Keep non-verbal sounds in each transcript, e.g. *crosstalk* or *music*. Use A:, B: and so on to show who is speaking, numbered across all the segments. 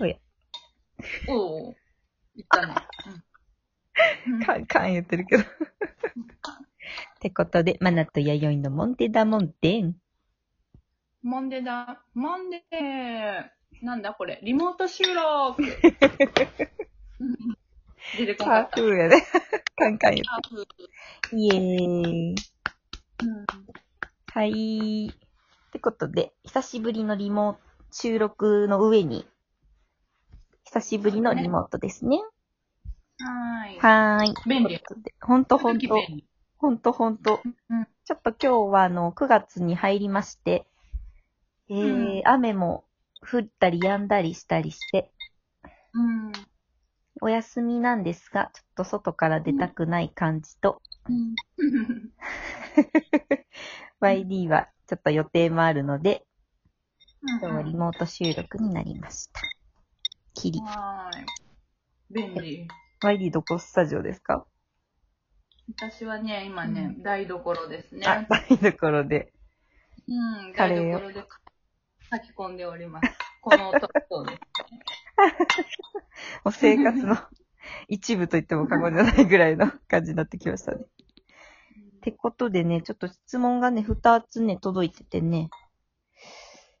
A: おや。
B: うん。おお。いったね。うん。
A: カンカン言ってるけど。ってことで、マナと弥生のモンテダモンテン。
B: モンデだ。モンデなんだこれ。リモート収録。うん *laughs* 出てこなかった。
A: ーやね。カンカン言
B: カーフ
A: って。イエーイ。
B: うん。
A: はい。ってことで、久しぶりのリモート、収録の上に、久しぶりのリモートですね。
B: はーい。
A: はーい。
B: 便利
A: ということで。ほんとほんと、
B: 便利
A: ほんとほんと。
B: うん
A: ちょっと今日はあの、9月に入りまして、えー
B: うん
A: 雨も降ったり止んだりしたりして、
B: うん。
A: お休みなんですが、ちょっと外から出たくない感じと、
B: うん。
A: YD はちょっと予定もあるので、今日は
B: う
A: リ
B: ん
A: モート収録になりました。キリ。
B: はーい。便利。
A: YD どこスタジオですか、
B: 私はね、今ね、台所ですね。
A: あ、台所で。
B: うん、
A: カ
B: 台
A: レーを
B: 所で炊き込んでおります。この音、そう *laughs* です。
A: もう生活 *laughs* の一部と言っても過言じゃないぐらいの感じになってきましたね。ってことでね、ちょっと質問がね、二つね、届いててね。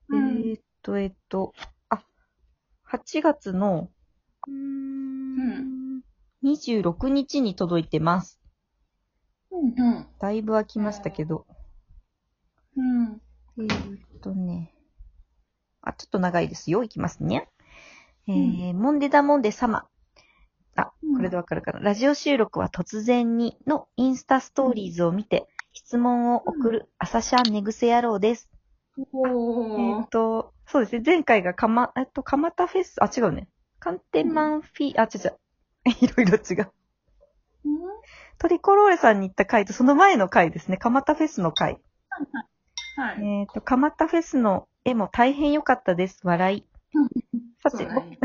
B: うん
A: えーっと、えーっと、あ、8月の、うーん、26日に届いてます。
B: うん。
A: だいぶ空きましたけど。
B: うん。
A: えーっとね。あ、ちょっと長いですよ。いきますね。えー、モンデダモンデ様。あ、
B: うん
A: これでわかるかな。ラジオ収録は突然にのインスタストーリーズを見て、質問を送る、朝シャン寝癖野郎です。え
B: お
A: ー
B: ー
A: っ。と、そうですね。前回がかま、えっと、かまたフェス、あ、違うね。カンテマンフィ、あ、違う違う。い *laughs* ろいろ違う。
B: うん
A: トリコローレさんに行った回と、その前の回ですね。かまたフェスの回。
B: はい。
A: えーっと、かまたフェスの絵も大変良かったです。笑い。さ
B: そう
A: て、
B: だ
A: ぼ
B: ね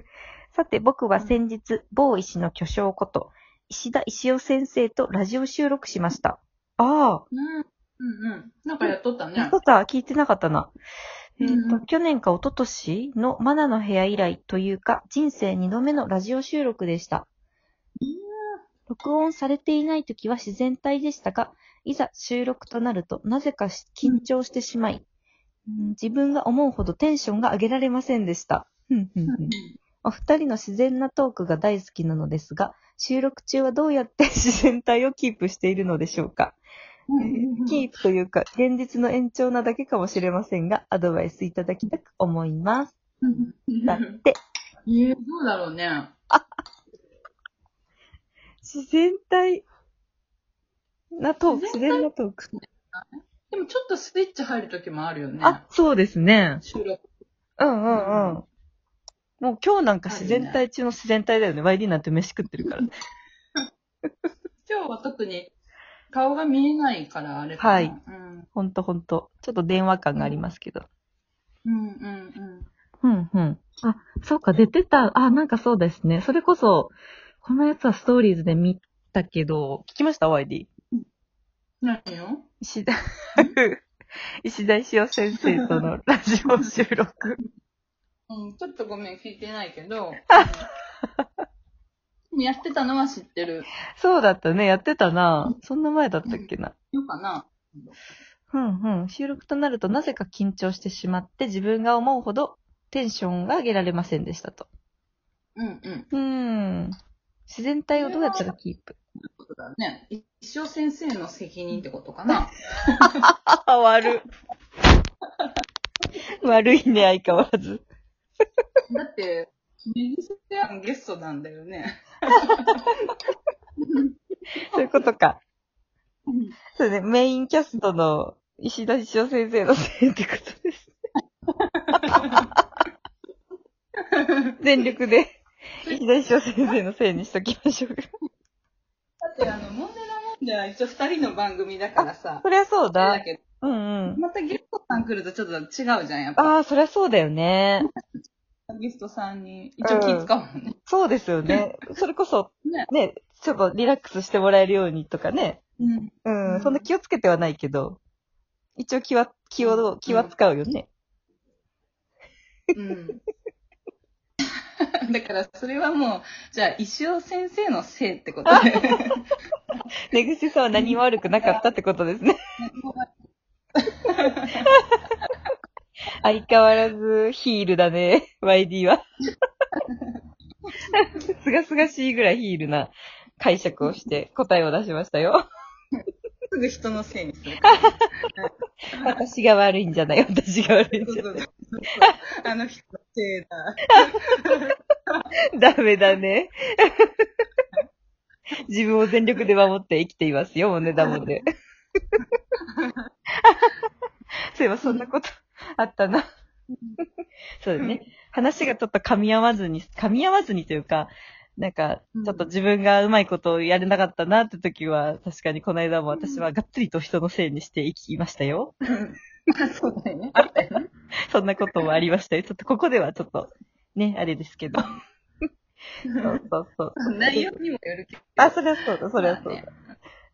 A: *laughs* さて、僕は先日、某医師の巨匠こと、石田石尾先生とラジオ収録しました。ああ、
B: うん。うんうん。なんかやっとったね
A: そ。うだ、聞いてなかったな。え
B: う
A: っ、
B: ん
A: と、去年か一昨年のマナの部屋以来というか、人生2度目のラジオ収録でした。録音されていない時は自然体でしたが、いざ収録となると、なぜかし緊張してしまい、うん自分が思うほどテンションが上げられませんでした。ふんふんふんお二人の自然なトークが大好きなのですが、収録中はどうやって自然体をキープしているのでしょうか、キープというか、現実の延長なだけかもしれませんが、アドバイスいただきたく思います。だって、
B: ええ、どうだろうね。
A: 自然体なトーク、自然なトーク。
B: でもちょっとスイッチ入る時もあるよね。
A: あ、そうですね。
B: 収録。
A: うんうんうん。
B: うん
A: もう今日なんか自然体中の自然体だよね。YD なんて飯食ってるから。
B: 今日は特に顔が見えないからあれかな。
A: はい
B: うん。
A: ほんとほんと。ちょっと電話感がありますけど。
B: うんうん
A: うんうん。あ、そうか、出てた。あ、なんかそうですね。それこそ、このやつはストーリーズで見たけど、聞きました ?YD。
B: うん。何よ
A: 石田、 *laughs* 石田石尾先生とのラジオ収録。
B: うん、ちょっとごめん、聞いてないけど。うんやってたのは知ってる。
A: そうだったね。やってたな。そんな前だったっけな。
B: よかな。
A: うんうん。収録となるとなぜか緊張してしまって、自分が思うほどテンションが上げられませんでしたと。
B: うんうん。
A: うーん。自然体をどうやったらキープ
B: そうだね。一生先生の責任ってことか *laughs* な。
A: あ、悪。 *laughs* 悪いね、相変わらず。
B: だって、メグセアンゲストなんだよね。
A: そういうことか。
B: うん
A: そうね、メインキャストの石田一生先生のせいってことです。全力で *laughs* 石田一生先生のせいにしときましょうか。
B: だって、あの、モンデラモンデは一応二人の番組だからさ。
A: *laughs* そりゃそう
B: あれ
A: だ
B: だ。けど、
A: うんうん。
B: またゲストさん来るとちょっと違うじゃん、やっぱ。
A: ああ、そりゃそうだよね。
B: ゲストさんに一応気遣うもんね。
A: そうですよね。それこそ、
B: ね
A: ね、ちょっとリラックスしてもらえるようにとかね。
B: うん。
A: うん、
B: うん
A: そんな気をつけてはないけど、一応気は、気を、気は使うよね。
B: うん。 *laughs* だから、それはもう、じゃあ、石尾先生のせいってこと *laughs* で。
A: 寝癖さんは何も悪くなかったってことですね。相変わらずヒールだね、YD は。すがすがしいぐらいヒールな解釈をして答えを出しましたよ。
B: すぐ人のせいにするから。
A: 私が悪いんじゃない、私が悪いん
B: そう
A: じゃ
B: そうそうあの人のせいだ。
A: ない。 *laughs* ダメだね。自分を全力で守って生きていますよ、おねだもで。 *laughs* そういえばそんなことあったな。そうだね。話がちょっと噛み合わずに、噛み合わずにというか、なんか、ちょっと自分がうまいことをやれなかったなって時は、確かにこの間も私はがっつりと人のせいにしていきましたよ。
B: うん。まあ、そうだよね。あったよね。
A: *laughs* そんなこともありましたよ。ちょっとここではちょっと、ね、あれですけ *laughs* ど。そうそうそう。
B: 内容にもよるけど。
A: あ、それはそうだ、それはそうだ。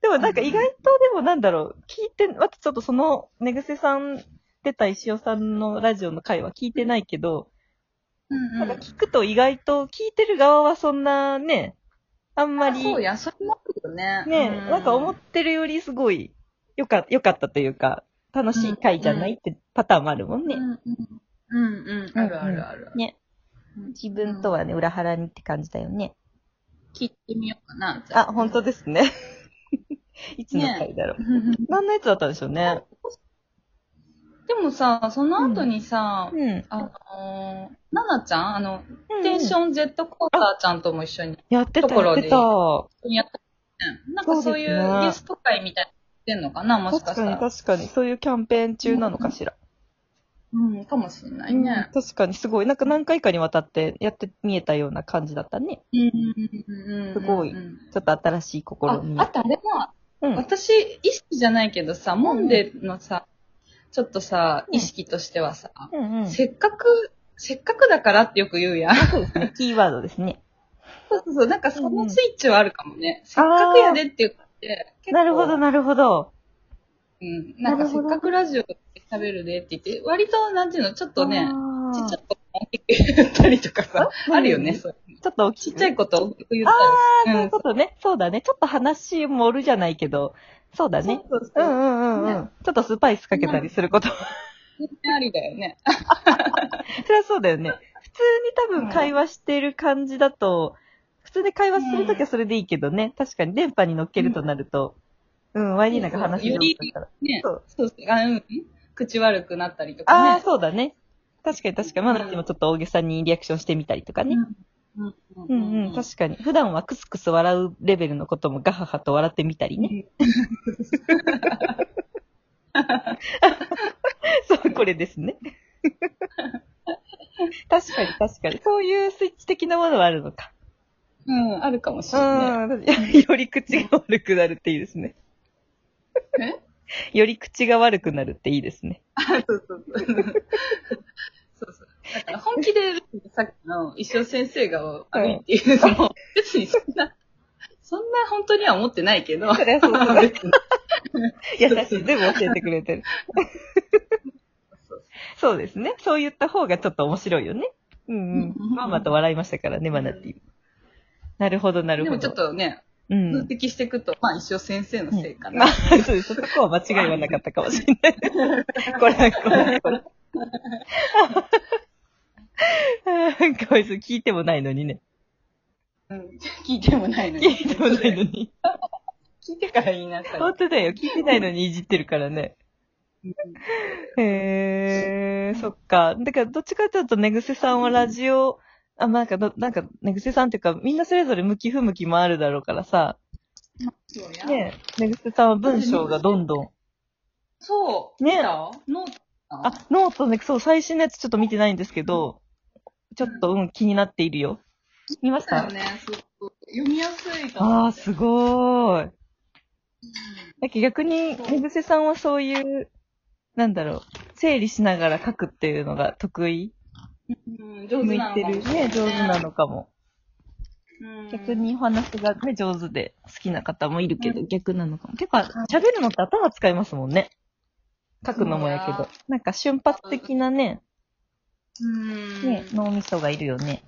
A: でもなんか意外とでもなんだろう、聞いて、またちょっとその、寝癖さん出た石尾さんのラジオの回は聞いてないけど、
B: うん
A: な
B: うん
A: か
B: ん。
A: 聞くと意外と聞いてる側はそんなね、あんまり、
B: そう
A: ね、
B: や、それもあるよね。う
A: なんか思ってるよりすごい、よか、よかったというか、楽しい回じゃないってパターンもあるもんね
B: う。んうん。うんうん。あるあるある。
A: ね。自分とはね、裏腹にって感じだよね。
B: 聞いてみようかな。
A: あ、本当です
B: *laughs*
A: ね。いつの回だろう。
B: うん
A: 何のやつだったんでしょうね。
B: でもさ、その後にさ、
A: うん。
B: あのー、ななちゃんあの、テンシ
A: ン。
B: ョンジェットコースターちゃんとも一緒に
A: やって
B: と
A: た、
B: こ
A: や
B: ろ
A: っ
B: で
A: てた。
B: やったねなんかそうい
A: そうです
B: う
A: ね
B: ゲスト会みたいなのやってんのかなもし
A: 確
B: かした
A: かに
B: ら。
A: 確かに、そういうキャンペーン中なのかしら。
B: うん、かもしれないね。
A: うん確かにすごい、なんか何回かにわたってやって見えたような感じだったね。
B: うんうんうんうんうん
A: すごいちょっと新しい試
B: あ
A: み。
B: あとあれも、
A: *laughs* うん。
B: 私、意識じゃないけどさ、モンデのさ、ちょっとさ、
A: うん
B: 意識としてはさ、
A: うんうん。
B: せっかく、せっかくだからってよく言うやん。
A: そうですね。キーワードですね。
B: *laughs* そうそうそう、なんかそ
A: うん
B: のスイッチはあるかもね。せっかくやでって言って、結構
A: なるほど、なるほど。
B: うん。なんかせっかくラジオで喋るでって言って、割と、なんていうの、ちょっとね、ちっちゃいこと大きく言ったりとかさ、
A: あ
B: あるよね、
A: うん
B: そういうの
A: ちょっと大
B: ち
A: き
B: っちゃ
A: い。
B: いことを言ったり。
A: あー、そう
B: う
A: いうんことね。そうだね。ちょっと話盛るじゃないけど、そうだね。
B: そうそう
A: う
B: そ
A: ん
B: う。
A: うんうんうん。ちょっとスパイスかけたりすることも。
B: 全然ありだよね。
A: それはそうだよね。普通に多分会話してる感じだと、普通で会話するときはそれでいいけどね。確かに電波に乗っけるとなると、うん、YD なんか話上手だから。
B: ね。
A: そ
B: そううそうあうん。口悪くなったりと
A: あ
B: か
A: あ、
B: ね。
A: そうだね。確かに確かに。まだでもちょっと大げさにリアクションしてみたりとかね。
B: うんうん
A: うんうん、確かに。普段はクスクス笑うレベルのこともガハハと笑ってみたりね。 *laughs* そう、これですね。確かに確かに。そういうスイッチ的なものはあるのか。
B: うん、あるかもし
A: う
B: れない。
A: ん。より口が悪くなるっていいですね。
B: え *laughs*
A: より口が悪くなるっていいですね。
B: そうそうそう。そうそう。だから本気で、さっきの石尾先生が悪いっていうのも、別にそんな、そんな本当には思ってないけど。
A: そりゃそうだ
B: 別に
A: 優しい。全部教えてくれてる。そうですね。そう言った方がちょっと面白いよね。うんうん。
B: うん
A: まあまた笑いましたからね、マナティー。なるほど、なる
B: で
A: ほ
B: も
A: ど。
B: ちょっとね、
A: う
B: 分
A: ん。
B: 析していくと、まあ一応先生のせいか
A: ま
B: な
A: あ。、そうです。そこは間違いはなかったかもしれない。 *laughs* これ、これ、これ。あーこいつ聞いてもないのにね。
B: うん聞いてもないの
A: 聞
B: に。
A: いてもないのに。
B: 聞いてから言いなさい。
A: 本当だよ。聞いてないのにいじってるからね。へえ、そっか。だから、どっちかというと、寝癖さんはラジオ、あ、なんかど、なんか、寝癖さんっていうか、みんなそれぞれ向き不向きもあるだろうからさ、
B: そうや
A: ねえ、寝癖さんは文章がどんどん。
B: そう。
A: ね
B: 見たノート。
A: あ、ノートね、そう、最新のやつちょっと見てないんですけど、ちょっと、うん、気になっているよ。見まし
B: そうだ
A: た
B: よね。すごく読みやすいと
A: あ
B: 思
A: あ、
B: って。
A: すごーい。だけど逆に、
B: そう
A: 寝癖さんはそういう、なんだろう、整理しながら書くっていうのが得意
B: うん、上
A: 向
B: 手
A: い
B: なの
A: て
B: かも
A: る
B: しれ
A: ね、上手なのかも。
B: うん
A: 逆にお話がね、上手で好きな方もいるけど、
B: う
A: 逆なのかも。てか、喋るのって頭使いますもんね。書くのもやけ
B: そう
A: ど
B: や。
A: なんか瞬発的なね、
B: うん。
A: ね、脳みそがいるよね。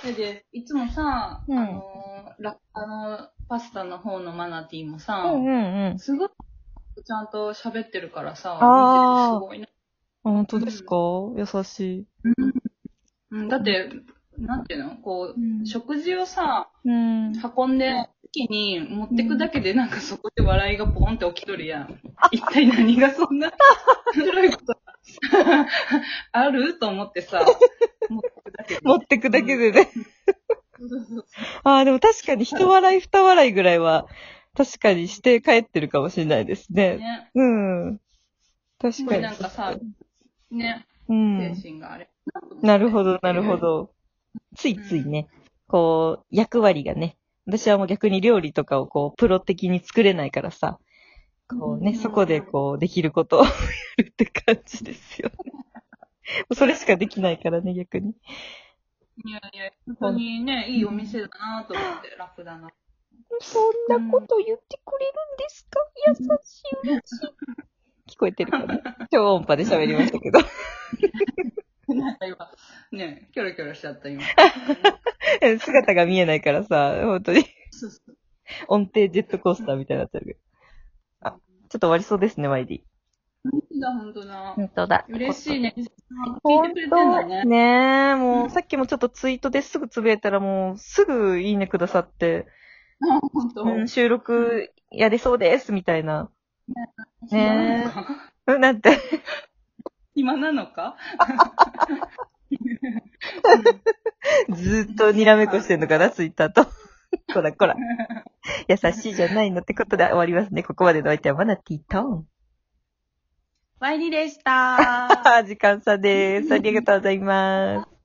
B: それで、いつもさ、
A: うん
B: あのーラ、あのーパスタの方のマナティもさ、
A: うんうんうん。
B: すごい、ちゃんと喋ってるからさ、
A: あー
B: 見ててすごいな。
A: 本当ですか、優し
B: うん、だって、なんていうの
A: い。
B: こ
A: うん
B: う、食事をさ、
A: うん。
B: 運んで、一気に持ってくだけで、なんかそこで笑いがポンって起きとるやん。一体何がそんな、面白いこと、あると思ってさ、持ってくだけで。
A: 持ってくだけでね。
B: そうそうそう
A: ああ、でも確かに一笑い二笑いぐらいは、確かにして帰ってるかもしれないですね。
B: ね。
A: うん。確
B: すご
A: か
B: い
A: に。
B: なんかさ、ね、
A: うん
B: 精。神があれ。
A: なるほど、なるほど。ついついね、こう、役割がね、私はもう逆に料理とかをこう、プロ的に作れないからさ、こうね、
B: うん
A: そこでこう、できることを *laughs* やるって感じですよね。それしかできないからね、逆に。
B: いやいや、本当にね、いいお店だなと思って、楽だな。
A: そんなこと言ってくれるんですか優しい、嬉しい。聞こえてるかな
B: *laughs*
A: 超音波で喋りましたけど。
B: なんか今、ね、キョロキョロしちゃった今。
A: 姿が見えないからさ、本当に。
B: そうそう。
A: 音程ジェットコースターみたいになっちゃうけど。あ、ちょっと終わりそうですね、マイディ。
B: 本当だ、本当だ。
A: 本当だ。
B: 嬉しいね。聞い
A: 本
B: てくれてん
A: 当
B: だ
A: ね
B: ね。
A: え、もうさっきもちょっとツイートですぐつぶやいたらもうすぐいいねくださって、
B: あ本当。
A: うん、収録やれそうですみたいな。
B: 暇な
A: ね
B: のか
A: うん、なんて、
B: 暇なの *laughs* か
A: ずっとにらめっこしてんのかな、ツイッター
B: *laughs*
A: と。こらこら。優しいじゃないのってことで終わりますね。ここまでのお相手はマナティトーン。
B: ワイリでした。
A: あー時間差です。ありがとうございます。